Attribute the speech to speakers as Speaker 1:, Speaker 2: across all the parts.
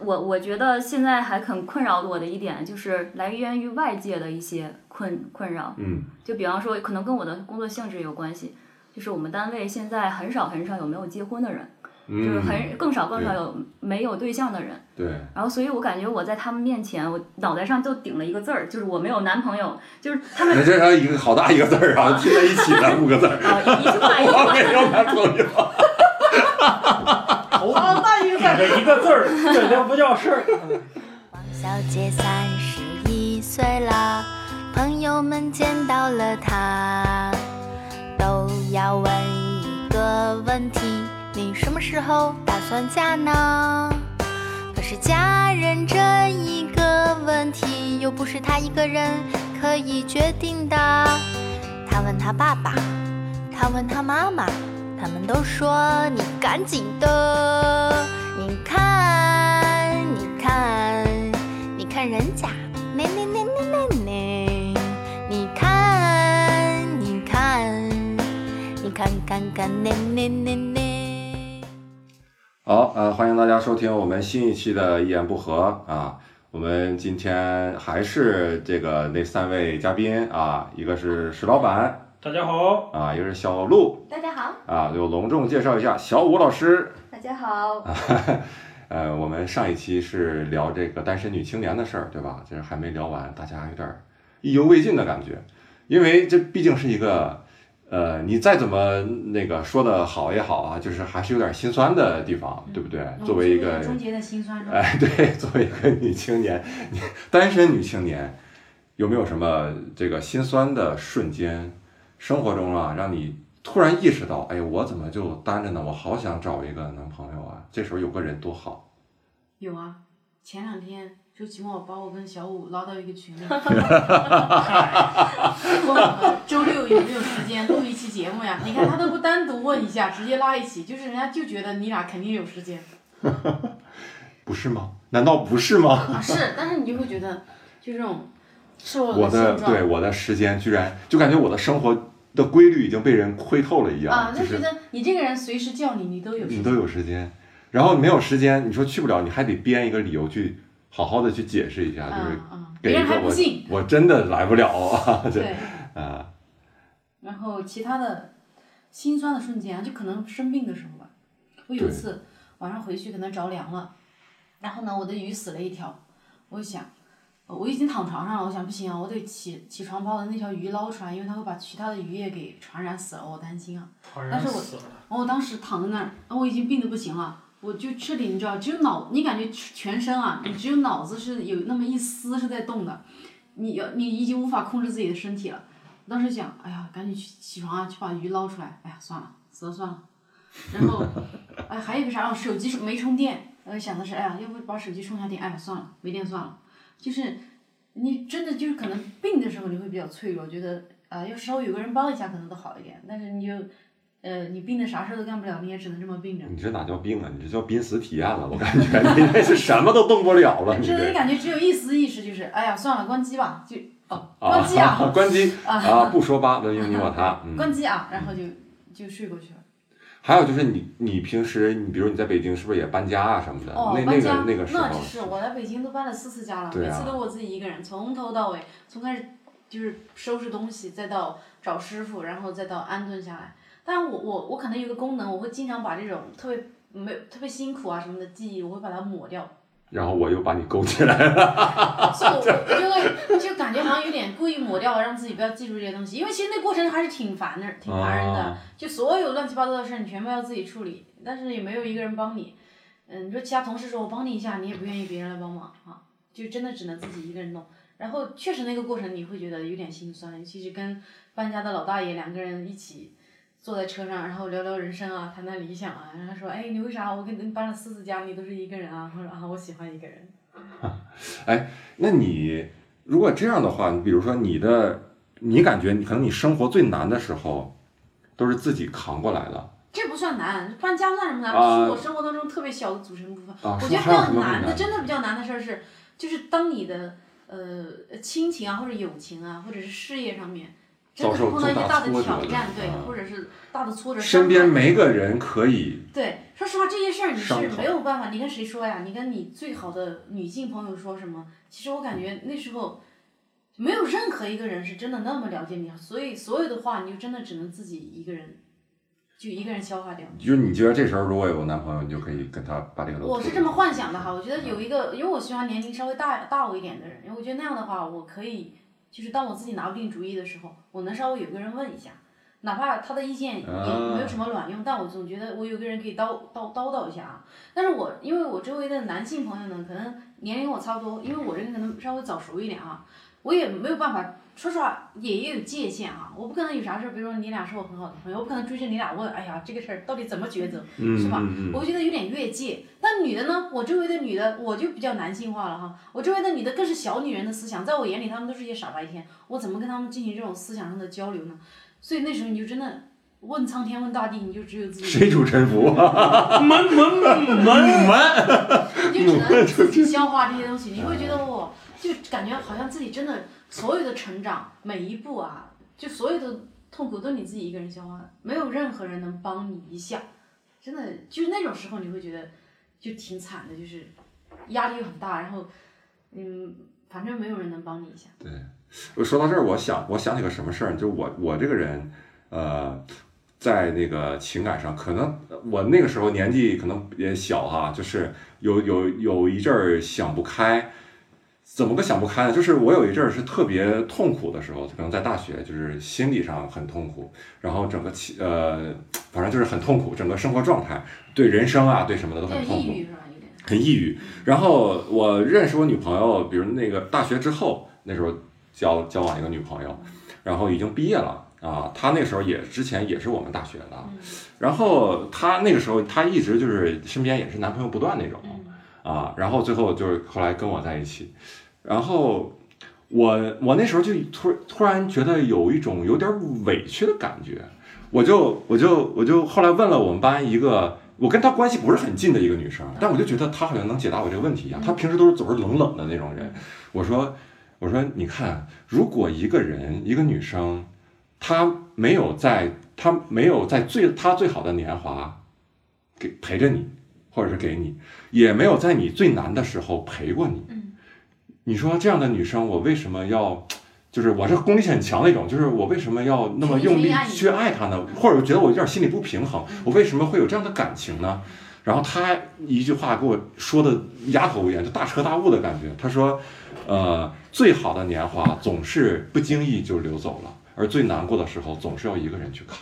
Speaker 1: 我我觉得现在还很困扰我的一点就是来源于外界的一些困困扰，
Speaker 2: 嗯
Speaker 1: 就比方说可能跟我的工作性质有关系，就是我们单位现在很少很少有没有结婚的人，就是
Speaker 2: 嗯，
Speaker 1: 很更少更少有没有对象的人。
Speaker 2: 对，
Speaker 1: 然后，所以我感觉我在他们面前，我脑袋上就顶了一个字儿，就是我没有男朋友，就是他们
Speaker 2: 那哎这还有一个好大一个字 儿啊，拼在一起的五个字儿，
Speaker 1: 啊、一句话一句
Speaker 2: 我
Speaker 1: 话，
Speaker 2: 没有男朋友。
Speaker 3: 啊，那应该
Speaker 4: 一个字儿，这就不叫事儿。
Speaker 5: 王小姐三十一岁了，朋友们见到了她，都要问一个问题：你什么时候打算嫁呢？可是嫁人这一个问题，又不是她一个人可以决定的。她问她爸爸，她问她妈妈，他们都说你赶紧的，你看，你看，你看人家，那那那那那那，你看，你看，你看看看那那那那。
Speaker 2: 好，呃，欢迎大家收听我们新一期的《一言不合》啊。我们今天还是这个那三位嘉宾啊，一个是石老板
Speaker 4: 大家好，
Speaker 2: 啊，一个是小鹿
Speaker 1: 大家好，
Speaker 2: 啊，就隆重介绍一下小武老师。
Speaker 1: 大家好，
Speaker 2: 呃，我们上一期是聊这个单身女青年的事儿，对吧？就是还没聊完，大家有点儿意犹未尽的感觉，因为这毕竟是一个，呃，你再怎么那个说的好也好啊，就是还是有点心酸的地
Speaker 3: 嗯
Speaker 2: 方，对不对？作为一个，
Speaker 3: 终结的辛酸中，
Speaker 2: 哎， 对，作为一个女青年，你单身女青年，有没有什么这个心酸的瞬间？生活中啊，让你突然意识到，哎，我怎么就单着呢？我好想找一个男朋友啊！这时候有个人多好。
Speaker 3: 有啊。前两天周奇墨把我跟小五拉到一个群里，我周六有没有时间录一期节目呀？你看他都不单独问一下，直接拉一起，就是人家就觉得你俩肯定有时间。
Speaker 2: 不是吗？难道不是吗？
Speaker 3: 啊，是，但是你就会觉得，就这种赤裸裸
Speaker 2: 我的
Speaker 3: 现状
Speaker 2: 对我的时间居然就感觉我的生活的规律已经被人窥透了一样，
Speaker 3: 啊，
Speaker 2: 就
Speaker 3: 就觉
Speaker 2: 是
Speaker 3: 得你这个人随时叫你，你都有时
Speaker 2: 你
Speaker 3: 间。
Speaker 2: 都有时间，然后没有时间，你说去不了，你还得编一个理由去好好的去解释一下，就是
Speaker 3: 嗯嗯，
Speaker 2: 啊给
Speaker 3: 别人
Speaker 2: 一
Speaker 3: 还
Speaker 2: 个
Speaker 3: 不
Speaker 2: 我
Speaker 3: 信。
Speaker 2: 我真的来不了 啊，这
Speaker 3: 对，
Speaker 2: 啊
Speaker 3: 然后其他的心酸的瞬间啊，就可能生病的时候吧。我有一
Speaker 2: 对
Speaker 3: 次晚上回去可能着凉了，然后呢，我的鱼死了一条，我就想，呃我已经躺床上了，我想不行啊，我得起起床把我的那条鱼捞出来，因为它会把其他的鱼也给传染死了，我担心啊。
Speaker 4: 传
Speaker 3: 但
Speaker 4: 染
Speaker 3: 是我
Speaker 4: 死了，
Speaker 3: 然后我当时躺在那儿，然后我已经病得不行了，我就彻底你知道，只有脑，你感觉全身啊，你只有脑子是有那么一丝是在动的，你要你已经无法控制自己的身体了。我当时想，哎呀，赶紧去起床啊，去把鱼捞出来。哎呀，算了，死了算了。然后，哎，还有一个啥？哦，手机是没充电。我想的是，哎呀，要不把手机充下电？哎呀，算了，没电算了。就是你真的就是可能病的时候你会比较脆弱，觉得啊、要稍微有个人帮一下可能都好一点。但是你就，呃，你病的啥事儿都干不了，你也只能这么病着。
Speaker 2: 你这哪叫病啊？你这叫濒死体验了，我感觉你这是什么都动不了了，你
Speaker 3: 真的，你
Speaker 2: 这
Speaker 3: 感觉只有一丝意识，就是哎呀，算了，关机吧，就
Speaker 2: 嗯
Speaker 3: 哦，关机
Speaker 2: 啊
Speaker 3: 啊，
Speaker 2: 关机
Speaker 3: 啊
Speaker 2: 啊，不说八轮有你我 他，嗯。
Speaker 3: 关机啊，然后就就睡过去了。
Speaker 2: 还有就是你，你平时你比如你在北京是不是也搬家啊什么的？
Speaker 3: 哦，
Speaker 2: 那那
Speaker 3: 搬家
Speaker 2: 个那个时
Speaker 3: 那
Speaker 2: 候
Speaker 3: 只是我来北京都搬了四次家了，
Speaker 2: 对
Speaker 3: 每
Speaker 2: 啊
Speaker 3: 次都我自己一个人，从头到尾，从开始就是收拾东西，再到找师傅，然后再到安顿下来。但是我我我可能有个功能，我会经常把这种特别没有特别辛苦啊什么的记忆，我会把它 抹掉，
Speaker 2: 然后我又把你勾起 来了。
Speaker 3: 所以我我就会就感觉好像有点故意抹掉，让自己不要记住这些东西，因为其实那过程还是挺烦的，挺烦人的。
Speaker 2: 啊
Speaker 3: 就所有乱七八糟的事儿你全部要自己处理，但是也没有一个人帮你。嗯，你说其他同事说我帮你一下，你也不愿意别人来帮忙啊，就真的只能自己一个人弄。然后确实那个过程你会觉得有点心酸，尤其是跟搬家的老大爷两个人一起坐在车上，然后聊聊人生啊，谈谈理想啊，然后说哎你为啥我跟你搬了四次家你都是一个人啊？我说啊我喜欢一个人。
Speaker 2: 那你如果这样的话，你比如说你的，你感觉你可能你生活最难的时候，都是自己扛过来的
Speaker 3: 这不算难，搬家算什么难？
Speaker 2: 啊
Speaker 3: 是我生活当中特别小的组成部分。
Speaker 2: 啊。
Speaker 3: 我
Speaker 2: 是
Speaker 3: 觉
Speaker 2: 吗
Speaker 3: 得比
Speaker 2: 还有
Speaker 3: 较
Speaker 2: 什么
Speaker 3: 难的，
Speaker 2: 难？
Speaker 3: 真的比较难的事儿是，就是当你的呃亲情啊，或者友情啊，或者是事业上面，真的
Speaker 2: 遭受
Speaker 3: 碰到一
Speaker 2: 重
Speaker 3: 个
Speaker 2: 大
Speaker 3: 大的
Speaker 2: 挫折
Speaker 3: 挑
Speaker 2: 的
Speaker 3: 战，对
Speaker 2: 啊，
Speaker 3: 或者是大的挫折，
Speaker 2: 身边
Speaker 3: 伤害
Speaker 2: 没个人可以
Speaker 3: 对，说实话，这些事儿你是
Speaker 4: 伤口
Speaker 3: 没有办法，你跟谁说呀？你跟你最好的女性朋友说什么？其实我感觉那时候没有任何一个人是真的那么了解你，所以所有的话你就真的只能自己一个人，就一个人消化掉。
Speaker 2: 就是你觉得这时候如果有男朋友，你就可以跟他把这个都
Speaker 3: 我
Speaker 2: 处
Speaker 3: 是
Speaker 2: 理
Speaker 3: 这么
Speaker 2: 好
Speaker 3: 幻想的哈，我觉得有一个，因为我喜欢年龄稍微大大我一点的人，因为我觉得那样的话，我可以就是当我自己拿不定主意的时候，我能稍微有个人问一下，哪怕他的意见也
Speaker 2: 啊
Speaker 3: 没有什么卵用，但我总觉得我有个人可以叨叨叨叨一下啊。但是我因为我周围的男性朋友呢，可能年龄我差不多，因为我这个可能稍微早熟一点啊，我也没有办法。说实话，也也有界限啊！我不可能有啥事儿，比如说你俩是我很好的朋友，我不可能追着你俩问，哎呀，这个事儿到底怎么抉择？
Speaker 2: 嗯
Speaker 3: 是吧
Speaker 2: 嗯嗯
Speaker 3: 我觉得有点越界。但女的呢，我周围的女的，我就比较男性化了哈。我周围的女的更是小女人的思想，在我眼里她们都是一些傻白甜，我怎么跟她们进行这种思想上的交流呢？所以那时候你就真的问苍天问大地，你就只有自己，
Speaker 2: 谁主沉浮？
Speaker 4: 门门门，
Speaker 3: 你就只能自己消化这些东西，你会
Speaker 2: 嗯
Speaker 3: 觉得我就感觉好像自己真的所有的成长每一步啊，就所有的痛苦都你自己一个人消化，没有任何人能帮你一下，真的就是那种时候你会觉得就挺惨的，就是压力又很大，然后嗯，反正没有人能帮你一下。
Speaker 2: 我说到这儿，我想我想起个什么事儿，就我我这个人，呃，在那个情感上，可能我那个时候年纪可能也小哈，就是有有有一阵儿想不开，怎么个想不开呢？就是我有一阵儿是特别痛苦的时候，可能在大学，就是心理上很痛苦，然后整个情呃，反正就是很痛苦，整个生活状态对人生啊对什么的都
Speaker 3: 有
Speaker 2: 很
Speaker 3: 点
Speaker 2: 痛
Speaker 3: 抑
Speaker 2: 苦。
Speaker 3: 郁是吧？有点。
Speaker 2: 很抑郁。然后我认识我女朋友，比如那个大学之后，那时候交交往一个女朋友，然后已经毕业了啊。她那时候也之前也是我们大学的，
Speaker 3: 嗯
Speaker 2: 然后她那个时候她一直就是身边也是男朋友不断那种
Speaker 3: 嗯
Speaker 2: 啊。然后最后就是后来跟我在一起，然后。我我那时候就突突然觉得有一种有点委屈的感觉，我就我就我就后来问了我们班一个，我跟她关系不是很近的一个女生，但我就觉得她好像能解答我这个问题一样。她平时都是总是冷冷的那种人。我说我说你看，如果一个人一个女生，她没有在她没有在最她最好的年华给陪着你，或者是给你，也没有在你最难的时候陪过你，
Speaker 3: 嗯
Speaker 2: 你说这样的女生，我为什么要？就是我是功利性很强的一种，就是我为什么要那么用力去爱她呢？或者我觉得我有点心里不平衡，我为什么会有这样的感情呢？然后她一句话给我说的哑口无言，就大彻大悟的感觉。她说：“呃，最好的年华总是不经意就流走了，而最难过的时候总是要一个人去扛。”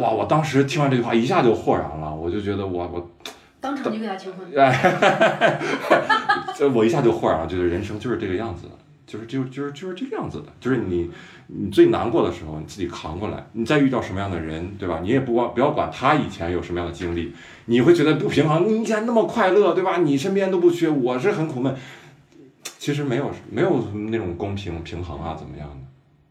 Speaker 2: 哇！我当时听完这句话一下就豁然了，我就觉得我我
Speaker 3: 当场就给他求婚，
Speaker 2: 这我一下就豁然了，觉得人生就是这个样子的，就是就就是就是这个样子的，就是你你最难过的时候你自己扛过来，你再遇到什么样的人，对吧？你也不管不要管他以前有什么样的经历，你会觉得不平衡，你以前那么快乐，对吧？你身边都不缺，我是很苦闷。其实没有没有那种公平平衡啊，怎么样的？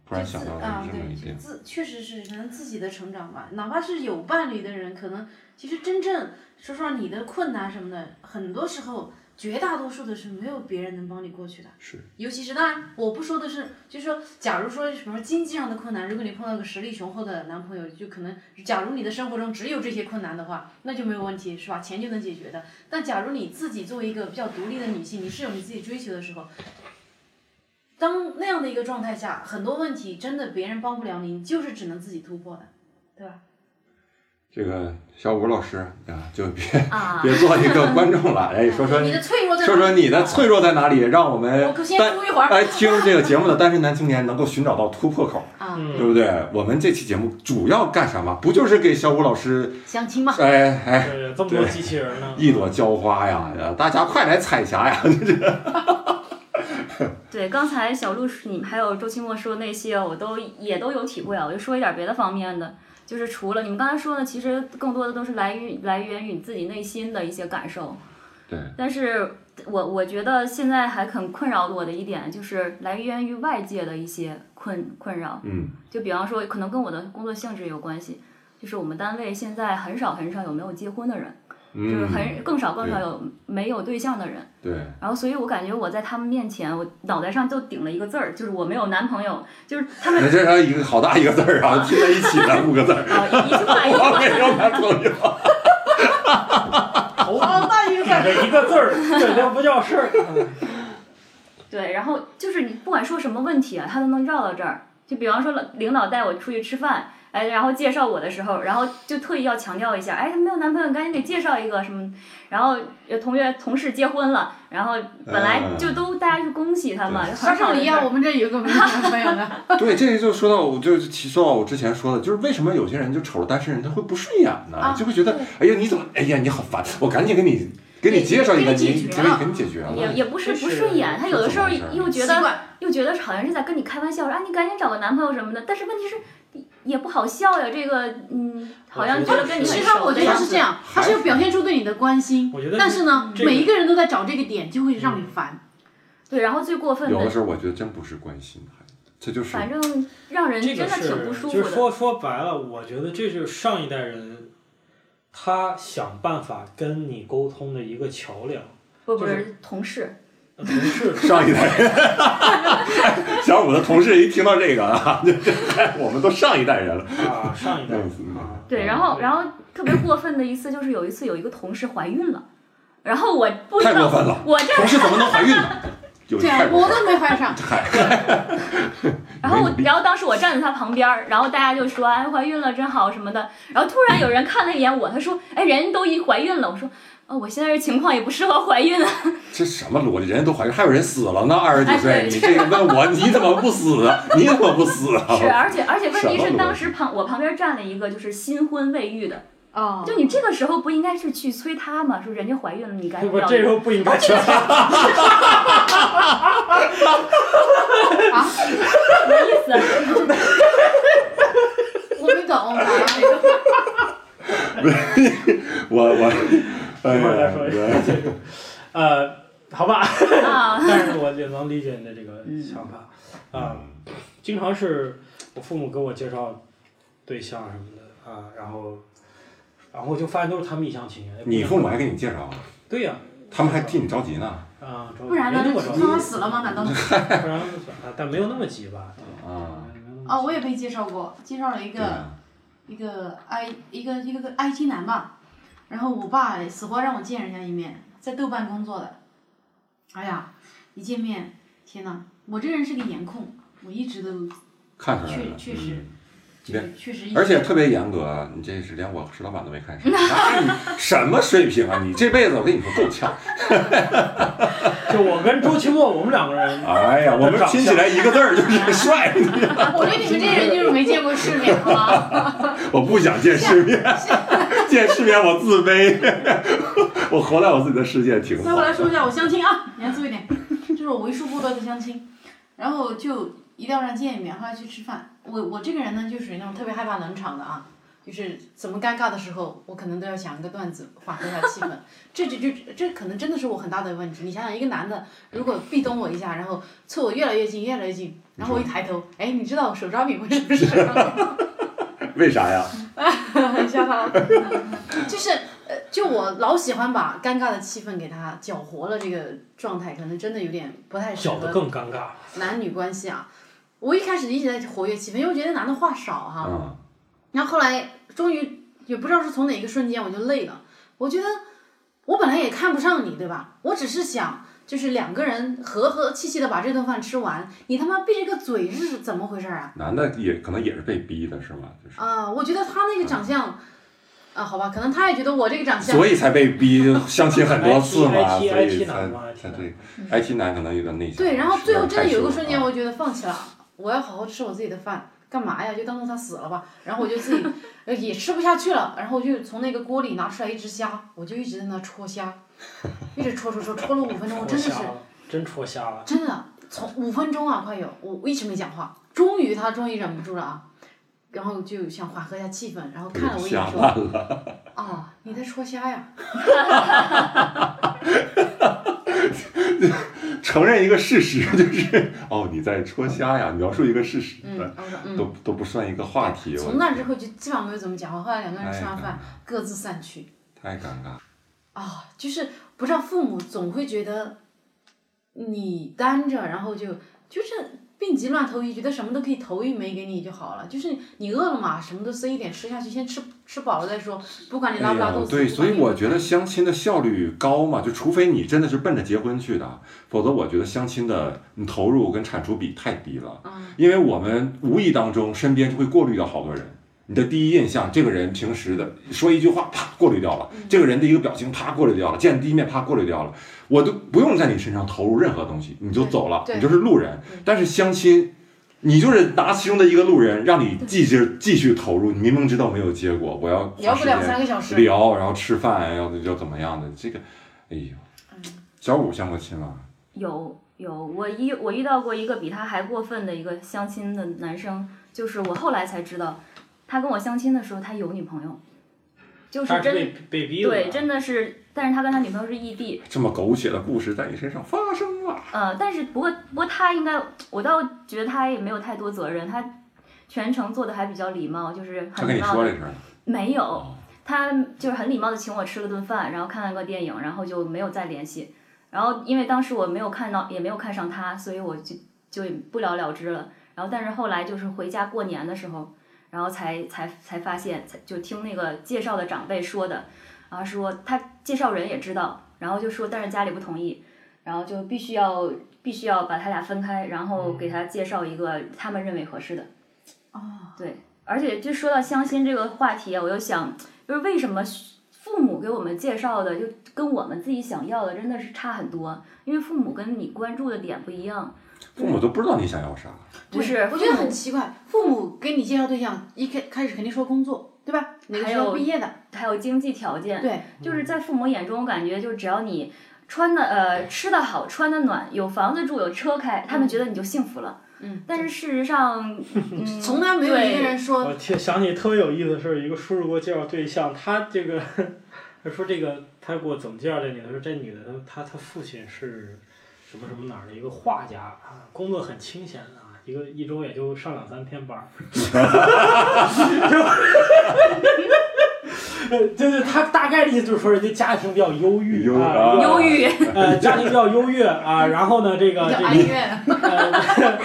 Speaker 2: 突然
Speaker 3: 就
Speaker 2: 想
Speaker 3: 自
Speaker 2: 到
Speaker 3: 啊
Speaker 2: 了这么
Speaker 3: 对
Speaker 2: 一点
Speaker 3: 就，自确实是可能自己的成长吧，哪怕是有伴侣的人，可能其实真正说实话，你的困难什么的，很多时候绝大多数的是没有别人能帮你过去的。
Speaker 2: 是
Speaker 3: 尤其是当然，我不说的是，就是说，假如说什么经济上的困难，如果你碰到个实力雄厚的男朋友，就可能，假如你的生活中只有这些困难的话，那就没有问题，是吧？钱就能解决的。但假如你自己作为一个比较独立的女性，你是有你自己追求的时候，当那样的一个状态下，很多问题真的别人帮不了你，你就是只能自己突破的，对吧？
Speaker 2: 这个小五老师啊，就别
Speaker 1: 啊，
Speaker 2: 别做一个观众了，哎，说说
Speaker 3: 啊你的脆弱在哪
Speaker 2: 说
Speaker 3: 里啊
Speaker 2: 说你的脆弱在哪里，让我们
Speaker 3: 我先
Speaker 2: 单
Speaker 3: 哭一会儿
Speaker 2: 哎听这个节目的单身男青年能够寻找到突破口，
Speaker 3: 啊，
Speaker 4: 嗯
Speaker 2: 对不对？我们这期节目主要干什么？不就是给小武老师
Speaker 3: 相亲嘛，
Speaker 2: 哎哎
Speaker 4: 对，这么多机器人呢，
Speaker 2: 一朵娇花呀？呃大家快来彩霞呀！
Speaker 1: 对，刚才小鹿是你们还有周清墨说那些，我都也都有体会啊。我就说一点别的方面的，就是除了你们刚才说的，其实更多的都是来源来源于你自己内心的一些感受。
Speaker 2: 对，
Speaker 1: 但是我我觉得现在还很困扰我的一点，就是来源于外界的一些困困扰。
Speaker 2: 嗯
Speaker 1: 就比方说，可能跟我的工作性质有关系，就是我们单位现在很少很少有没有结婚的人，就是
Speaker 2: 嗯，
Speaker 1: 很更少更少有没有对象的人。
Speaker 2: 对，
Speaker 1: 然后，所以我感觉我在他们面前，我脑袋上就顶了一个字儿，就是我没有男朋友，就是他们
Speaker 2: 那这是一个好大 一个字儿啊，拼在一起的五个字儿，
Speaker 1: 啊、一句话一句
Speaker 2: 我
Speaker 1: 话，
Speaker 2: 没有男朋友。
Speaker 4: 头
Speaker 3: 啊，那应该
Speaker 4: 这一个字儿，这都不叫事儿。嗯
Speaker 1: 对，然后就是你不管说什么问题啊，他都能绕到这儿。就比方说了领导带我出去吃饭，哎，然后介绍我的时候，然后就特意要强调一下，哎，没有男朋友，你赶紧给介绍一个什么。然后有同学同事结婚了，然后本来就都大家去恭喜他嘛，
Speaker 3: 和
Speaker 1: 很
Speaker 3: 这
Speaker 1: 好的
Speaker 3: 种一
Speaker 1: 事
Speaker 3: 样，
Speaker 1: 儿
Speaker 3: 我们这有一个没有男朋友 的，
Speaker 2: 对，这就说到，我就是提说到我之前说的，就是为什么有些人就瞅着单身人他会不顺眼呢？
Speaker 3: 啊
Speaker 2: 就会觉得，哎呀，你怎么，哎呀，你好烦，我赶紧给你给你介绍一个，
Speaker 3: 给你
Speaker 2: 你
Speaker 3: 解
Speaker 2: 你
Speaker 3: 决
Speaker 2: 给
Speaker 3: 了
Speaker 2: 你给你解决了。
Speaker 1: 也也不是
Speaker 4: 就是
Speaker 1: 不顺眼，他有的时候
Speaker 2: 这种事儿
Speaker 1: 又觉
Speaker 3: 习
Speaker 1: 得
Speaker 3: 惯
Speaker 1: 又觉得好像是在跟你开玩笑，说啊你赶紧找个男朋友什么的，但是问题是也不好笑呀，这个嗯，好像觉得跟你
Speaker 3: 其
Speaker 1: 很
Speaker 3: 实他，
Speaker 1: 熟
Speaker 3: 我
Speaker 1: 的
Speaker 3: 觉得
Speaker 1: 样
Speaker 3: 是
Speaker 1: 子
Speaker 3: 这。样，他是要表现出对你的关心，
Speaker 4: 我觉得
Speaker 3: 但是呢，
Speaker 4: 这个
Speaker 3: 每一个人都在找这个点，就会让你烦。
Speaker 1: 对，然后最过分
Speaker 2: 有的
Speaker 1: 的，
Speaker 2: 时候我觉得真不是关心孩子，这就是
Speaker 1: 反正让人
Speaker 4: 这
Speaker 1: 真
Speaker 4: 个
Speaker 1: 的
Speaker 4: 是
Speaker 1: 挺不舒
Speaker 4: 就
Speaker 1: 服
Speaker 4: 是
Speaker 1: 的。
Speaker 4: 说说白了，我觉得这就是上一代人，他想办法跟你沟通的一个桥梁。
Speaker 1: 不不
Speaker 4: 就是
Speaker 1: 同事，
Speaker 4: 呃 同 事
Speaker 2: 上一代人。小五的同事一听到这个啊，就这我们都上一代人了。
Speaker 4: 啊，上一代
Speaker 2: 嗯
Speaker 4: 啊，
Speaker 1: 对，然后然后特别过分的一次就是有一次有一个同事怀孕了，然后我不知
Speaker 2: 太过
Speaker 1: 道
Speaker 2: 分了
Speaker 1: 我这
Speaker 2: 同事怎么能怀孕呢？有
Speaker 3: 对
Speaker 2: 嗯太
Speaker 3: 啊，
Speaker 2: 过
Speaker 3: 我
Speaker 2: 分了
Speaker 3: 都没怀上，
Speaker 1: 然后我
Speaker 2: 没努，力
Speaker 1: 然后当时我站在她旁边儿，然后大家就说：“哎，怀孕了真好什么的。”然后突然有人看了一眼我，他说：“哎，人家都已怀孕了。”我说：“哦，我现在这情况也不适合怀孕啊。
Speaker 2: 这什么逻辑？人家都怀孕，还有人死了呢，二十几岁，
Speaker 1: 哎对
Speaker 2: 你这个问我你怎么不死啊？你怎么不死啊？”
Speaker 1: 是，而且而且问题
Speaker 2: 什么逻
Speaker 1: 是，
Speaker 2: 辑
Speaker 1: 当时旁我旁边站了一个就是新婚未育的，
Speaker 3: 哦，
Speaker 1: 就你这个时候不应该是去催她吗？说人家怀孕了，你赶紧
Speaker 4: 不，
Speaker 1: 要
Speaker 4: 这时候不应该去。
Speaker 3: 啊，
Speaker 1: 什么意思啊？
Speaker 3: 我没懂，
Speaker 2: 我 我，哎
Speaker 4: 一会儿再
Speaker 2: 呀，
Speaker 4: 说
Speaker 2: 我
Speaker 4: 呃，好吧，
Speaker 1: 啊，
Speaker 4: 但是我也能理解你的这个
Speaker 3: 嗯
Speaker 4: 想法啊。经常是我父母给我介绍对象什么的啊，然后，然后我就发现都是他们一厢情愿。
Speaker 2: 你父母还给你介绍了，
Speaker 4: 对呀，
Speaker 2: 他们还替你着急呢。
Speaker 4: 啊，着急
Speaker 3: 不然呢
Speaker 4: 没那？么着急
Speaker 3: 刚刚死了吗？难道？
Speaker 4: 嗯不然不算啊，但没有那么急吧？
Speaker 2: 啊，
Speaker 3: 哦，我也被介绍过，介绍了一
Speaker 2: 对
Speaker 3: 个。
Speaker 2: 啊，
Speaker 3: 一个 I 一个一个个 IT 男吧，然后我爸死活让我见人家一面，在豆瓣工作的，哎呀，一见面，天呐，我这人是个颜控，我一直都
Speaker 2: 看出来了，
Speaker 3: 确确实
Speaker 2: 嗯
Speaker 3: 就是确实一直，
Speaker 2: 而且特别严格啊，你这是连我石老板都没看上，那你什么水平啊？你这辈子我跟你说够呛。
Speaker 4: 就我跟周奇墨，我们两个人，
Speaker 2: 哎呀，我们拼起来一个字儿 就是帅，
Speaker 3: 我觉得你们这些人就是没见过世面，好吗？
Speaker 2: 我不想见世 面，见世面我自卑， 我活在我自己的世界挺
Speaker 3: 再
Speaker 2: 好
Speaker 3: 回。来说一下我相亲啊， 严肃一点，这是我为数不多的相亲，然后就一定要让见一面，后来去吃饭。我我这个人呢，就属于那种特别害怕冷场的啊，就是怎么尴尬的时候，我可能都要想一个段子缓和一下气氛。 这就就这可能真的是我很大的问题。你想想，一个男的如果壁咚我一下，然后凑我越来越近，越来越近，然后我一抬头，哎，你知道我手抓饼会什么事吗？
Speaker 2: 为啥呀？
Speaker 3: 笑他，啊就是呃，就我老喜欢把尴尬的气氛给他搅和了，这个状态可能真的有点不太适
Speaker 4: 搅得
Speaker 3: 合
Speaker 4: 更尴尬。
Speaker 3: 男女关系啊。我一开始一直在活跃气氛，因为我觉得男的话少哈、
Speaker 2: 嗯，
Speaker 3: 然后后来终于也不知道是从哪个瞬间我就累了，我觉得我本来也看不上你，对吧？我只是想就是两个人和和气气的把这顿饭吃完，你他妈闭着个嘴是怎么回事儿啊？
Speaker 2: 男的也可能也是被逼的，是吗？就是。
Speaker 3: 啊、我觉得他那个长相，啊，好吧，可能他也觉得我这个长相，
Speaker 2: 所以才被逼相亲很多 次
Speaker 3: 哎
Speaker 2: 嘛，所
Speaker 4: IT
Speaker 2: 以
Speaker 4: IT
Speaker 2: 才
Speaker 4: 男嘛
Speaker 2: 才
Speaker 4: IT
Speaker 2: 对 IT 男可能有点内向。
Speaker 3: 对，然后最后真的有一个
Speaker 2: 害羞
Speaker 3: 瞬间，
Speaker 2: 啊
Speaker 3: 我觉得放弃了，我要好好吃我自己的饭，干嘛呀？就当做他死了吧。然后我就自己呃也吃不下去了，然后我就从那个锅里拿出来一只虾，我就一直在那戳虾，一直戳戳戳，戳了五分钟，我哦
Speaker 4: 戳
Speaker 3: 真的是
Speaker 4: 瞎了，真戳瞎了。
Speaker 3: 真的从五分钟啊，快有，我我一直没讲话，终于他终于忍不住了啊。然后就想缓和一下气氛，然后看了我一眼
Speaker 2: 瞎
Speaker 3: 说：“
Speaker 2: 烂了，
Speaker 3: 啊，你在戳虾呀
Speaker 2: 承认一个事实 就是，哦，你在戳瞎呀，描述一个事实？”，
Speaker 3: 嗯，
Speaker 2: 对
Speaker 3: 我说嗯。
Speaker 2: 都都不算一个话题。我
Speaker 3: 从那之后就基本上没有怎么讲话，后来两个人
Speaker 2: 太
Speaker 3: 吃
Speaker 2: 尴
Speaker 3: 完
Speaker 2: 尬
Speaker 3: 饭，各自散去。
Speaker 2: 太尴尬了。
Speaker 3: 啊，就是不知道父母总会觉得你单着，然后就就是病急乱投医，觉得什么都可以投一枚给你就好了。就是你饿了嘛，什么都塞一点吃下去，先吃吃饱了再说，不管你拉
Speaker 2: 哎
Speaker 3: 不拉
Speaker 2: 呀
Speaker 3: 肚，子。
Speaker 2: 对，
Speaker 3: 不
Speaker 2: 所
Speaker 3: 管
Speaker 2: 以
Speaker 3: 你
Speaker 2: 我觉得相亲的效率高嘛，就除非你真的是奔着结婚去的，啊否则我觉得相亲的你投入跟产出比太低了。
Speaker 3: 嗯
Speaker 2: 因为我们无意当中身边就会过滤掉好多人。你的第一印象，这个人平时的说一句话，啪过滤掉了；
Speaker 3: 嗯
Speaker 2: 这个人的一个表情，啪过滤掉了；见第一面，啪过滤掉了。我都不用在你身上投入任何东西，你就走了，
Speaker 3: 对
Speaker 2: 你就是路人。但是相亲，你就是拿其中的一个路人，让你继续继续投入，你明明知道没有结果，我要
Speaker 3: 聊
Speaker 2: 花
Speaker 3: 个
Speaker 2: 时
Speaker 3: 两
Speaker 2: 间。
Speaker 3: 三个小时，
Speaker 2: 聊，然后吃饭，要要怎么样的？这个，哎呦，
Speaker 1: 嗯
Speaker 2: 小五相过亲吗？
Speaker 1: 有有，我遇我遇到过一个比他还过分的一个相亲的男生，就是我后来才知道，他跟我相亲的时候他有女朋友，就是
Speaker 4: 他是被
Speaker 1: 真
Speaker 4: 被逼的，
Speaker 1: 对真的是，但是他跟他女朋友是异地，
Speaker 2: 这么狗血的故事在你身上发生了，
Speaker 1: 呃，但是不过不过他应该，我倒觉得他也没有太多责任，他全程做的还比较礼貌，就是
Speaker 2: 他
Speaker 1: 很
Speaker 2: 跟
Speaker 1: 礼
Speaker 2: 你
Speaker 1: 貌
Speaker 2: 说
Speaker 1: 的
Speaker 2: 这事儿了，
Speaker 1: 没有
Speaker 2: 哦，
Speaker 1: 他就是很礼貌的请我吃了顿饭，然后看了个电影，然后就没有再联系。然后因为当时我没有看到，也没有看上他，所以我就就也不了了之了。然后但是后来就是回家过年的时候，然后才才才发现，才就听那个介绍的长辈说的，然后说他介绍人也知道，然后就说但是家里不同意，然后就必须要必须要把他俩分开，然后给他介绍一个他们认为合适的。
Speaker 3: 啊，
Speaker 1: 而且就说到相亲这个话题啊，我又想，就是为什么父母给我们介绍的，就跟我们自己想要的真的是差很多，因为父母跟你关注的点不一样。
Speaker 2: 父母都不知道你想要啥，
Speaker 1: 不
Speaker 3: 对
Speaker 1: 是
Speaker 3: 我觉
Speaker 1: 父
Speaker 3: 得
Speaker 1: 母
Speaker 3: 很奇怪，父母给你介绍对象，一开开始肯定说工作，对吧？哪个
Speaker 1: 还
Speaker 3: 学
Speaker 1: 有
Speaker 3: 校毕业的？
Speaker 1: 还有经济条件，
Speaker 3: 对，
Speaker 1: 就是在父母眼中，我感觉就只要你穿的呃吃的好，穿的暖，有房子住，有车开，他们觉得你就幸福了。
Speaker 3: 嗯，
Speaker 1: 但是事实上，嗯，
Speaker 3: 从来没有一个
Speaker 1: 对
Speaker 3: 人说
Speaker 4: 我听想起特别有意思的是，一个叔叔给我介绍对象，他这个他说这个他给我怎么介绍这女的？他说这女的她她父亲是什么什么哪儿的一个画家啊，工作很清闲啊，一个一周也就上两三天班儿。 就 就是他大概的意思就是说，人家家庭比较忧郁
Speaker 2: 忧
Speaker 4: 啊，
Speaker 2: 啊
Speaker 1: 忧郁，
Speaker 4: 呃，家庭比较优越啊，然后呢，这个
Speaker 3: 比
Speaker 4: 这
Speaker 3: 较哀
Speaker 4: 个，
Speaker 3: 怨，
Speaker 4: 呃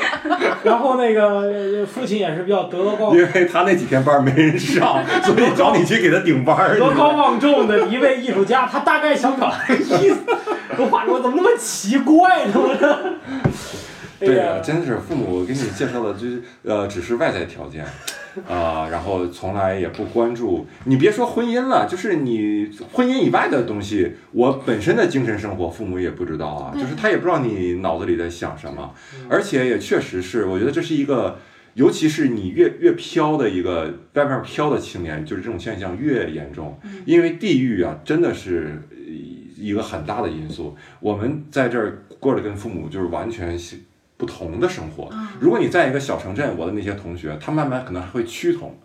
Speaker 4: 然后那个呃父亲也是比较德高
Speaker 2: 因为他那几天班没 人上，所以找你去给他顶班儿。
Speaker 4: 德高望重的一位艺术家，他大概想表达的意思。我话说怎么那么奇怪呢？我这，
Speaker 2: 对
Speaker 4: 哎
Speaker 2: 呀，
Speaker 4: 呀
Speaker 2: 真是父母给你介绍的就是呃，只是外在条件， 啊、然后从来也不关注。你别说婚姻了，就是你婚姻以外的东西，我本身的精神生活，父母也不知道啊，就是他也不知道你脑子里在想什么，而且也确实是，我觉得这是一个。尤其是你越越飘的一个外面飘的青年，就是这种现象越严重，因为地域啊，真的是呃一个很大的因素。我们在这儿过得跟父母就是完全是不同的生活。
Speaker 3: 啊
Speaker 2: 如果你在一个小城镇，我的那些同学，他慢慢可能还会趋同，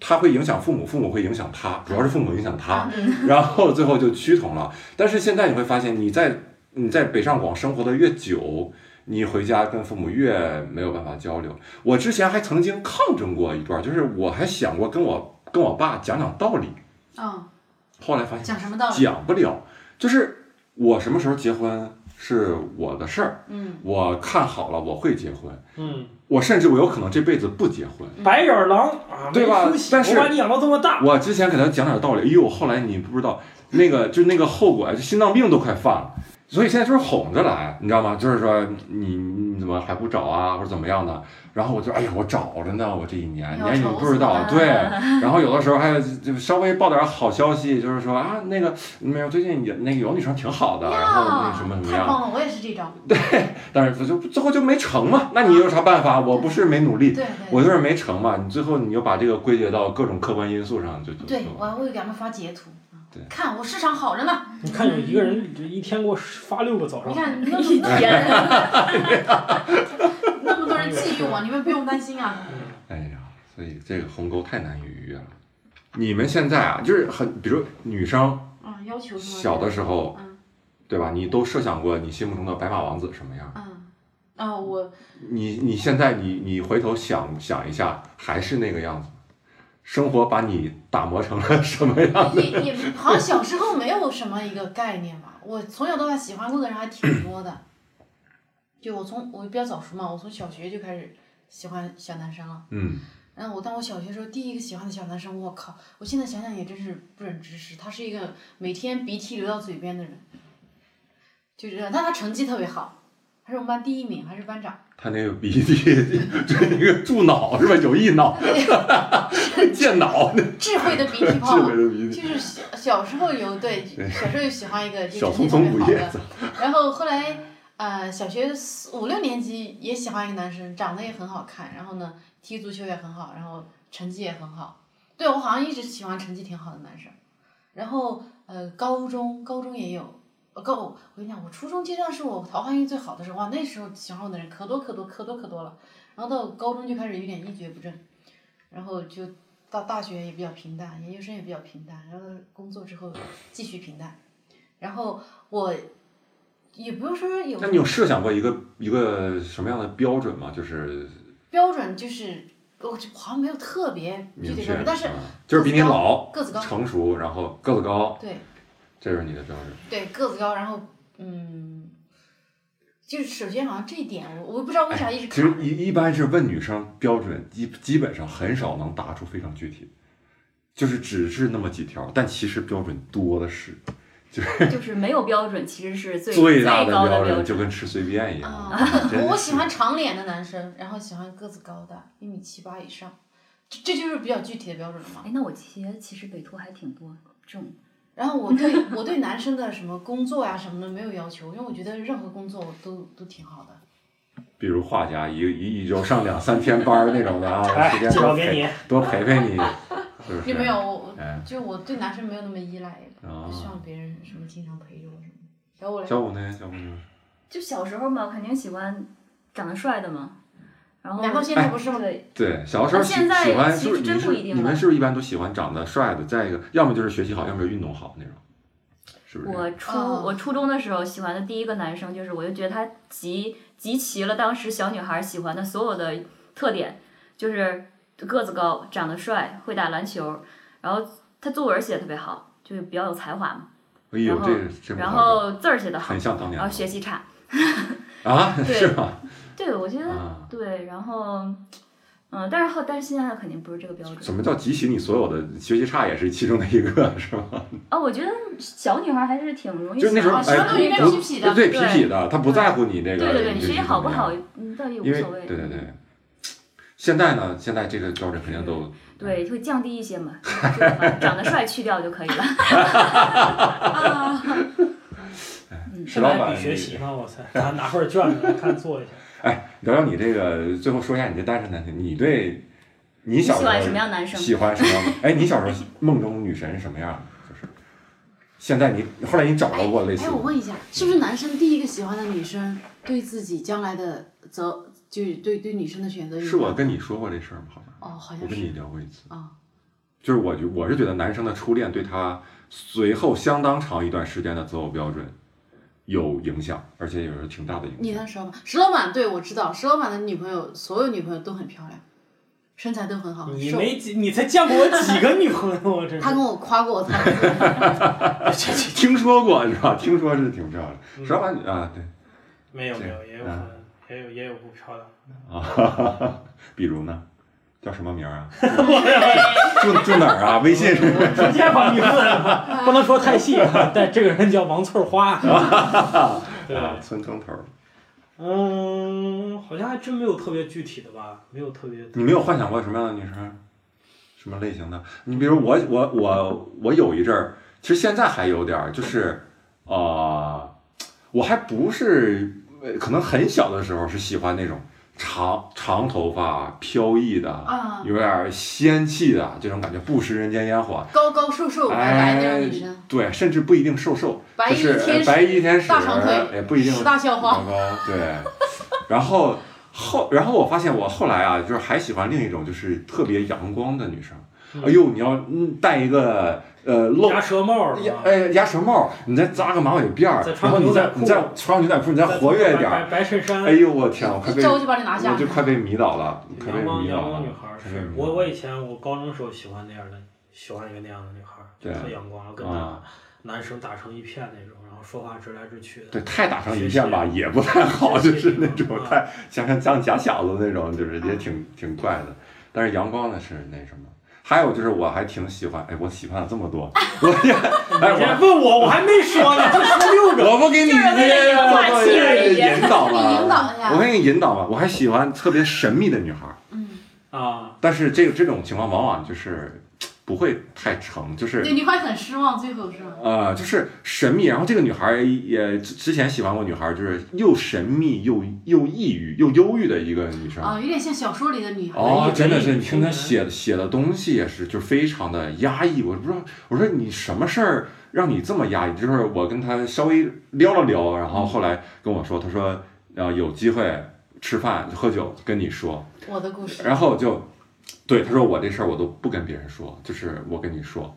Speaker 2: 他会影响父母，父母会影响
Speaker 3: 嗯
Speaker 2: 他，主要是父母影响他， 然后最后就趋同了。但是现在你会发现，你在你在北上广生活的越久，你回家跟父母越没有办法交流。我之前还曾经抗争过一段，就是我还想过跟我跟我爸讲讲道理，
Speaker 3: 嗯，
Speaker 2: 后来发现
Speaker 3: 讲什么道理？
Speaker 2: 讲不了，就是我什么时候结婚是我的事儿，
Speaker 3: 嗯，
Speaker 2: 我看好了我会结婚，
Speaker 4: 嗯，
Speaker 2: 我甚至我有可能这辈子不结婚。
Speaker 4: 白眼狼啊，
Speaker 2: 对吧
Speaker 4: 没出息
Speaker 2: 但是
Speaker 4: 我把你养到这么大，
Speaker 2: 我之前给他讲点道理，哎呦，后来你不知道那个就那个后果，就哎心脏病都快犯了。所以现在就是哄着来，你知道吗？就是说你你怎么还不找啊，或者怎么样的？然后我就哎呀，我找着呢，我这一年，你
Speaker 3: 要
Speaker 2: 看你
Speaker 3: 愁
Speaker 2: 不知道，
Speaker 1: 死了
Speaker 2: 对。然后有的时候还就稍微报点好消息，就是说啊，那个没有，最近也那个有女生挺好的，然后那个什么什么
Speaker 3: 太
Speaker 2: 样，
Speaker 3: 棒了，我也是这招。
Speaker 2: 但是就最后就没成嘛。那你有啥办法？我不是没努力，
Speaker 3: 对对。
Speaker 2: 我就是没成嘛。你最后你就把这个归结到各种客观因素上，就就
Speaker 3: 对
Speaker 2: 就，
Speaker 3: 我还会给他们发截图
Speaker 2: 对。
Speaker 3: 看我市场好着呢，
Speaker 4: 你看有一个人这一天给我发六个早
Speaker 2: 哦
Speaker 3: 你
Speaker 4: 上，
Speaker 3: 看 那么
Speaker 1: 一天
Speaker 3: 那么多人觊觎我，你们不用担心啊。
Speaker 2: 哎呀，所以这个鸿沟太难以逾越了。你们现在啊，就是很，比如女生
Speaker 3: 嗯，要求什么？
Speaker 2: 小的时候
Speaker 3: 嗯，
Speaker 2: 对吧？你都设想过你心目中的白马王子什么样？
Speaker 3: 嗯，啊，我
Speaker 2: 你你现在你你回头想想一下，还是那个样子吗？生活把你打磨成了什么样？
Speaker 3: 也也好像小时候没有什么一个概念吧。我从小到大喜欢过的人还挺多的，就我从我比较早熟嘛，我从小学就开始喜欢小男生了。
Speaker 2: 嗯，
Speaker 3: 然后我当我小学时候第一个喜欢的小男生，我靠！我现在想想也真是不忍直视，他是一个每天鼻涕流到嘴边的人，就是这样。但他成绩特别好，他是我们班第一名，还是班长。
Speaker 2: 他那个鼻涕，这一个助脑是吧？有益脑，
Speaker 3: 哎
Speaker 2: 健脑，
Speaker 3: 智慧的鼻涕泡
Speaker 2: 智
Speaker 3: 嘛
Speaker 2: 慧，的鼻涕，
Speaker 3: 就是小小时候有对
Speaker 2: 对
Speaker 3: 小时候有喜 欢一个就
Speaker 2: 小
Speaker 3: 成绩
Speaker 2: 匆
Speaker 3: 特
Speaker 2: 匆
Speaker 3: 别
Speaker 2: 补
Speaker 3: 好
Speaker 2: 夜
Speaker 3: 的，，然后后来呃小学四五六年级也喜欢一个男生，长得也很好看，然后呢踢足球也很好，然后成绩也很好，对我好像一直喜欢成绩挺好的男生，然后呃高中高中也有。呃高，我跟你讲，我初中阶段是我桃花运最好的时候，哇，那时候喜欢我的人可多可多可多可多了。然后到高中就开始有点一蹶不振，然后就到大学也比较平淡，研究生也比较平淡，然后工作之后继续平淡。然后我也不用说有
Speaker 2: 那你有设想过一个一个什么样的标准吗？就是
Speaker 3: 标准，就是我就好像没有特别具
Speaker 2: 明
Speaker 3: 体
Speaker 2: 确
Speaker 3: 标准，，但是
Speaker 2: 啊就是比你老、
Speaker 3: 个子高，
Speaker 2: 成熟，然后个子高，
Speaker 3: 对
Speaker 2: 这是你的标准。
Speaker 3: 对个子高，然后嗯，就是首先好像这一点我我不知道为啥一直
Speaker 2: 哎其
Speaker 3: 卡
Speaker 2: 实一一般是问女生标准，基基本上很少能答出非常具体，就是只是那么几条，但其实标准多的是，
Speaker 1: 就是没有标准，其实是最
Speaker 2: 最大
Speaker 1: 高的
Speaker 2: 标
Speaker 1: 标
Speaker 2: 就跟吃随便一样。
Speaker 3: 啊
Speaker 2: 真 的
Speaker 3: 我我
Speaker 2: 是
Speaker 3: 喜欢长脸的男生，然后喜欢个子高的，一米七八以上，这这就是比较具体的标准了嘛。
Speaker 1: 哎，那我其实其实北托还挺多这种，
Speaker 3: 然后我对我对男生的什么工作呀、什么的没有要求，因为我觉得任何工作我都都挺好的。
Speaker 2: 比如画家一一一周上两三天班儿那种的啊，时
Speaker 4: 哎
Speaker 2: 间，多
Speaker 4: 交给
Speaker 2: 陪
Speaker 4: 你，
Speaker 2: 多陪陪你，是不是？
Speaker 3: 也没有，我我
Speaker 2: 哎，
Speaker 3: 就我对男生没有那么依赖，
Speaker 2: 啊
Speaker 3: 不希望别人什么经常陪着我什么的。然后我来，
Speaker 2: 小五呢？小五呢？
Speaker 1: 就小时候嘛，肯定喜欢长得帅的嘛，然后
Speaker 3: 难道现在不是吗？
Speaker 1: 对
Speaker 2: 对，小时候
Speaker 1: 那
Speaker 2: 喜
Speaker 1: 现在
Speaker 2: 喜欢
Speaker 1: 其
Speaker 2: 是不
Speaker 1: 实
Speaker 2: 是
Speaker 1: 真
Speaker 2: 你是
Speaker 1: 不一定
Speaker 2: 你们
Speaker 1: 吧
Speaker 2: 是不是一般都喜欢长得帅的？再一个，要么就是学习好，要么就是运动好那种，是不是这样？
Speaker 1: 我初
Speaker 3: 哦
Speaker 1: 我初中的时候喜欢的第一个男生，就是我就觉得他集集齐了当时小女孩喜欢的所有的特点，就是个子高、长得帅、会打篮球，然后他作文写的特别好，就是比较有才华嘛，
Speaker 2: 哎呦，
Speaker 1: 然后
Speaker 2: 这真不
Speaker 1: 然
Speaker 2: 好说
Speaker 1: 后字儿写的好
Speaker 2: 很，像当年
Speaker 1: 然后学习差。
Speaker 2: 啊，
Speaker 1: 对
Speaker 2: 是吗？
Speaker 1: 对，我觉得
Speaker 2: 啊，
Speaker 1: 对，然后，嗯，但是后，但是现在肯定不是这个标
Speaker 2: 什
Speaker 1: 准
Speaker 2: 么叫集齐你所有的学习差也是其中的一个，是吧？
Speaker 1: 啊。我觉得小女孩还是挺容易
Speaker 2: 就是那时
Speaker 3: 啊
Speaker 2: 候
Speaker 1: 想到
Speaker 2: 哎
Speaker 1: 的
Speaker 3: 都应该
Speaker 2: 不
Speaker 3: 痞痞的
Speaker 2: 对痞
Speaker 1: 对
Speaker 2: 痞的，他不在乎你这个
Speaker 1: 对对对，你
Speaker 2: 你
Speaker 1: 学习好不
Speaker 2: 怎么样
Speaker 1: 好，嗯，倒也无
Speaker 2: 因为
Speaker 1: 所谓。
Speaker 2: 对对对，现在呢，现在这个标准肯定都
Speaker 1: 对，会降低一些嘛，就是把长得帅去掉就可以了。嗯
Speaker 2: 石老板
Speaker 4: 比学习嘛，我操， 拿拿份卷子来看做一下。
Speaker 2: 哎，聊聊你这个，最后说一下你这单身男性，你对你
Speaker 1: 你喜
Speaker 2: 小时候
Speaker 1: 欢什么样男生？
Speaker 2: 喜欢什么样的？哎，你小时候梦中女神是什么样的？就是现在你后来你找到过类似
Speaker 3: 哎，
Speaker 2: 的
Speaker 3: 我问一下，是不是男生第一个喜欢的女生对自己将来的择，就是对对女生的选择有
Speaker 2: 是我
Speaker 3: 吗
Speaker 2: 跟你说过这事儿吗？好像
Speaker 3: 哦，好
Speaker 2: 我
Speaker 3: 像
Speaker 2: 跟你
Speaker 3: 是
Speaker 2: 聊过一次。
Speaker 3: 啊，
Speaker 2: 就是我觉我是觉得男生的初恋对他随后相当长一段时间的择偶标准有影响，而且有时候挺大的
Speaker 3: 你
Speaker 2: 影响。
Speaker 3: 那石老板，石老板对我知道，石老板的女朋友所有女朋友都很漂亮，身材都很好，
Speaker 4: 你
Speaker 3: 瘦。
Speaker 4: 没几，你才见过我几个女朋友？我真是
Speaker 3: 他跟我夸过他，
Speaker 4: 这这
Speaker 2: 听说过是吧？听说是挺漂亮，石老板啊，对
Speaker 4: 没有
Speaker 2: 这
Speaker 4: 没有，也有
Speaker 2: 嗯
Speaker 4: 很也有也有不漂
Speaker 2: 啊
Speaker 4: 亮。
Speaker 2: 哈哈哈，比如呢，叫什么名儿啊？ 住住哪儿啊？微信是
Speaker 4: 逐渐把名字不能说太细啊，但这个人叫王翠花。 对，
Speaker 2: 啊，村坑头儿。
Speaker 4: 嗯，好像还真没有特别具体的吧，没有特别。
Speaker 2: 你没有幻想过什么样的女生，什么类型的？你比如我，我，我，我有一阵儿，其实现在还有点儿，就是，呃，我还不是，呃可能很小的时候是喜欢那种长长头发、飘逸的，
Speaker 3: 啊
Speaker 2: 有点儿仙气的这种感觉，不食人间烟火。
Speaker 3: 高高瘦瘦白白那种女生，
Speaker 2: 对，甚至不一定瘦瘦，
Speaker 3: 白
Speaker 2: 就
Speaker 3: 衣
Speaker 2: 是
Speaker 3: 天
Speaker 2: 呃
Speaker 3: 使
Speaker 2: 白衣天使，哎
Speaker 3: 大长腿
Speaker 2: 也不一定
Speaker 3: 十大校
Speaker 2: 糟
Speaker 3: 花，
Speaker 2: 糕，对。然后后，然后我发现我后来啊，就是还喜欢另一种，就是特别阳光的女生。
Speaker 4: 嗯
Speaker 2: 哎呦，你要嗯戴一个呃露
Speaker 4: 鸭舌帽
Speaker 2: 鸭
Speaker 4: 啊，
Speaker 2: 哎鸭舌帽，你再扎个马尾辫儿
Speaker 4: 再，
Speaker 2: 然
Speaker 4: 穿个
Speaker 2: 后你
Speaker 4: 牛仔
Speaker 2: 再
Speaker 4: 裤
Speaker 2: 你再穿上牛仔裤，你再活跃一点
Speaker 4: 白
Speaker 2: 儿。
Speaker 4: 白白衬衫
Speaker 2: 哎，呦，我天，我快
Speaker 3: 一
Speaker 2: 被
Speaker 3: 招就把你拿下
Speaker 2: 我。就快被迷倒了，快被
Speaker 4: 阳光
Speaker 2: 迷
Speaker 4: 阳
Speaker 2: 倒
Speaker 4: 光
Speaker 2: 了
Speaker 4: 女孩儿。
Speaker 2: 快被
Speaker 4: 是
Speaker 2: 迷倒
Speaker 4: 我
Speaker 2: 了
Speaker 4: 我以前我高中时候喜欢那样的，喜欢一个那样的女孩儿，就
Speaker 2: 对
Speaker 4: 特阳光，跟她
Speaker 2: 啊，
Speaker 4: 男生打成一片那种，然后说话直来直去的。
Speaker 2: 对，太打成一片吧，也不太好，
Speaker 4: 学
Speaker 2: 就
Speaker 4: 习
Speaker 2: 是那
Speaker 4: 嘛
Speaker 2: 种
Speaker 4: 啊
Speaker 2: 太像像像假小子那种，就是也挺挺怪的。但是阳光呢是那什么，还有就是我还挺喜欢，哎，我喜欢了这么多，我也哎
Speaker 4: 你先
Speaker 2: 我。
Speaker 4: 问我，我还没说呢，这说六个。
Speaker 2: 我不给你
Speaker 1: 就是为了引话
Speaker 2: 做
Speaker 1: 题而已
Speaker 2: 引导了，
Speaker 3: 引导一下
Speaker 2: 我给你引导吧。我还喜欢特别神秘的女孩儿，
Speaker 3: 嗯，
Speaker 4: 啊，
Speaker 2: 但是这个这种情况往往就是不会太成，就是
Speaker 3: 对，你会很失望，最后是吗？
Speaker 2: 呃，就是神秘。然后这个女孩儿也之之前喜欢过女孩，儿，就是又神秘又又抑郁又忧郁的一个女生。
Speaker 3: 啊，有点像小说里的女孩。
Speaker 2: 哦，真的是，
Speaker 4: 一
Speaker 2: 你听她
Speaker 4: 一
Speaker 2: 写写的东西也是，就非常的压抑。我不知道，我说你什么事儿让你这么压抑？就是我跟她稍微聊了聊，然后后来跟我说，她说呃有机会吃饭喝酒跟你说，
Speaker 3: 我的故事。
Speaker 2: 然后就对她说我这事儿我都不跟别人说，就是我跟你说，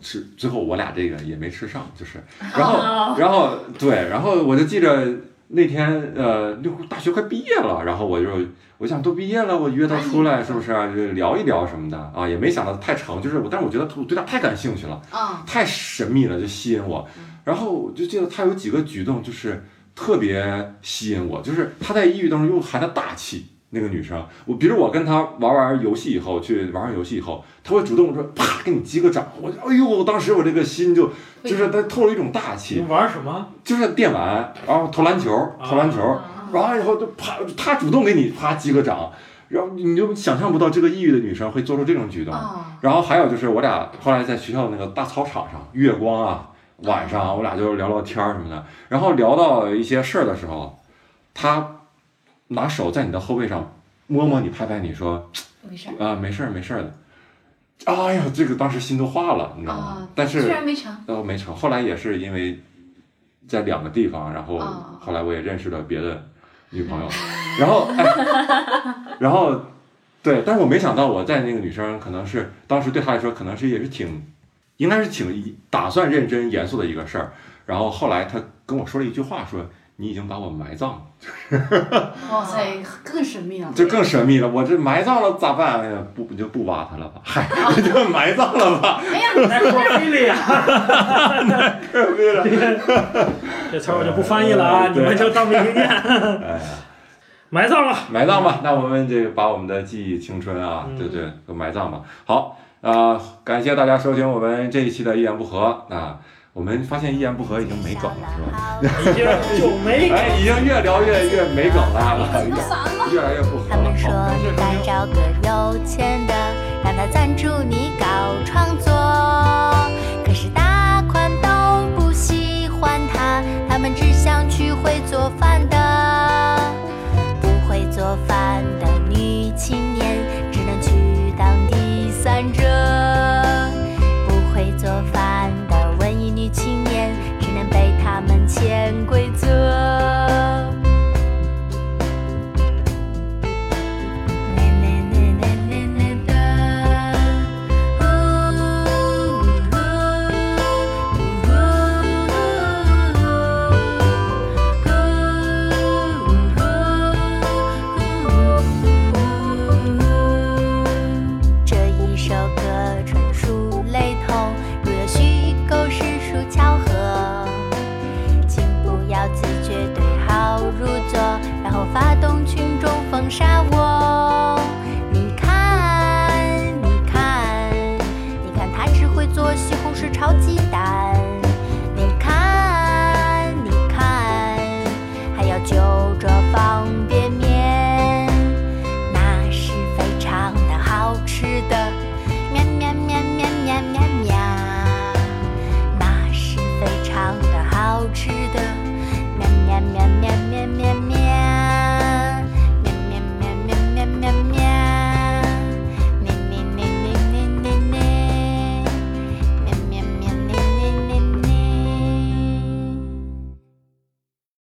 Speaker 2: 吃最后我俩这个也没吃上，就是然后。
Speaker 3: 啊
Speaker 1: 哦
Speaker 2: 然后对，然后我就记着那天呃，六大学快毕业了，然后我就我想都毕业了，我约他出来是不是、啊、就聊一聊什么的啊？也没想到太成，就是我，但是我觉得我对他太感兴趣了，
Speaker 3: 啊，
Speaker 2: 太神秘了，就吸引我。然后我就记得他有几个举动就是特别吸引我，就是他在抑郁当中又含着大气。那个女生，我比如我跟她玩玩游戏以后，去玩玩游戏以后，她会主动说啪给你击个掌，我就哎呦，当时我这个心就就是她透了一种大气，
Speaker 4: 你玩 什么？
Speaker 2: 就是电玩，然后投篮球，投篮球，完了以后就啪，他主动给你啪击个掌，然后你就想象不到这个抑郁的女生会做出这种举动。
Speaker 3: 啊，
Speaker 2: 然后还有就是我俩后来在学校那个大操场上，月光啊，晚上啊我俩就聊聊天儿什么的，然后聊到一些事儿的时候，他拿手在你的后背上摸摸你，拍拍你说，
Speaker 3: 没事儿
Speaker 2: 啊、没事儿没事儿的。哎呀，这个当时心都化了，你知道吗？
Speaker 3: 啊，
Speaker 2: 但是
Speaker 3: 居然没成。
Speaker 2: 然后没成，后来也是因为在两个地方，然后
Speaker 3: 哦
Speaker 2: 后来我也认识了别的女朋友，然后、哎、然后对，但是我没想到我在那个女生可能是当时对她来说可能是也是挺，应该是挺打算认真严肃的一个事儿，然后后来她跟我说了一句话说。你已经把我埋葬了，
Speaker 3: 哇塞，更神秘了。
Speaker 2: 这更神秘了。我这埋葬了咋办？哎呀，不你就不挖他了吧？嗨， 就埋葬了吧。
Speaker 3: 哎呀，
Speaker 4: 奈克菲利亚， 这词儿我就不翻译了啊，
Speaker 2: 呃
Speaker 4: 你们就当没听见。
Speaker 2: 哎呀，
Speaker 4: 埋葬了，
Speaker 2: 埋葬吧，那我们这个把我们的记忆、青春啊，
Speaker 4: 嗯
Speaker 2: 对对，都埋葬吧。好，啊、感谢大家收听我们这一期的一言不合啊、我们发现一言不合已经没梗了，是吧？
Speaker 4: 已经就没
Speaker 2: 哎，已经越聊越越没梗
Speaker 5: 哎
Speaker 2: 了，
Speaker 3: 都散了。
Speaker 2: 越来越不合
Speaker 5: 他
Speaker 2: 了
Speaker 5: 们。说
Speaker 2: 好，
Speaker 5: 你该找个有钱的，让他赞助你搞创作。可是大款都不喜欢他，他们只想娶会做饭的。不会做饭的女青年，只能去当第三者。不会做饭的文艺女青年，只能被他们潜规则。这一首歌纯属雷同，如有虚构实属巧合。请不要自觉对号入座，然后发动群众封杀我。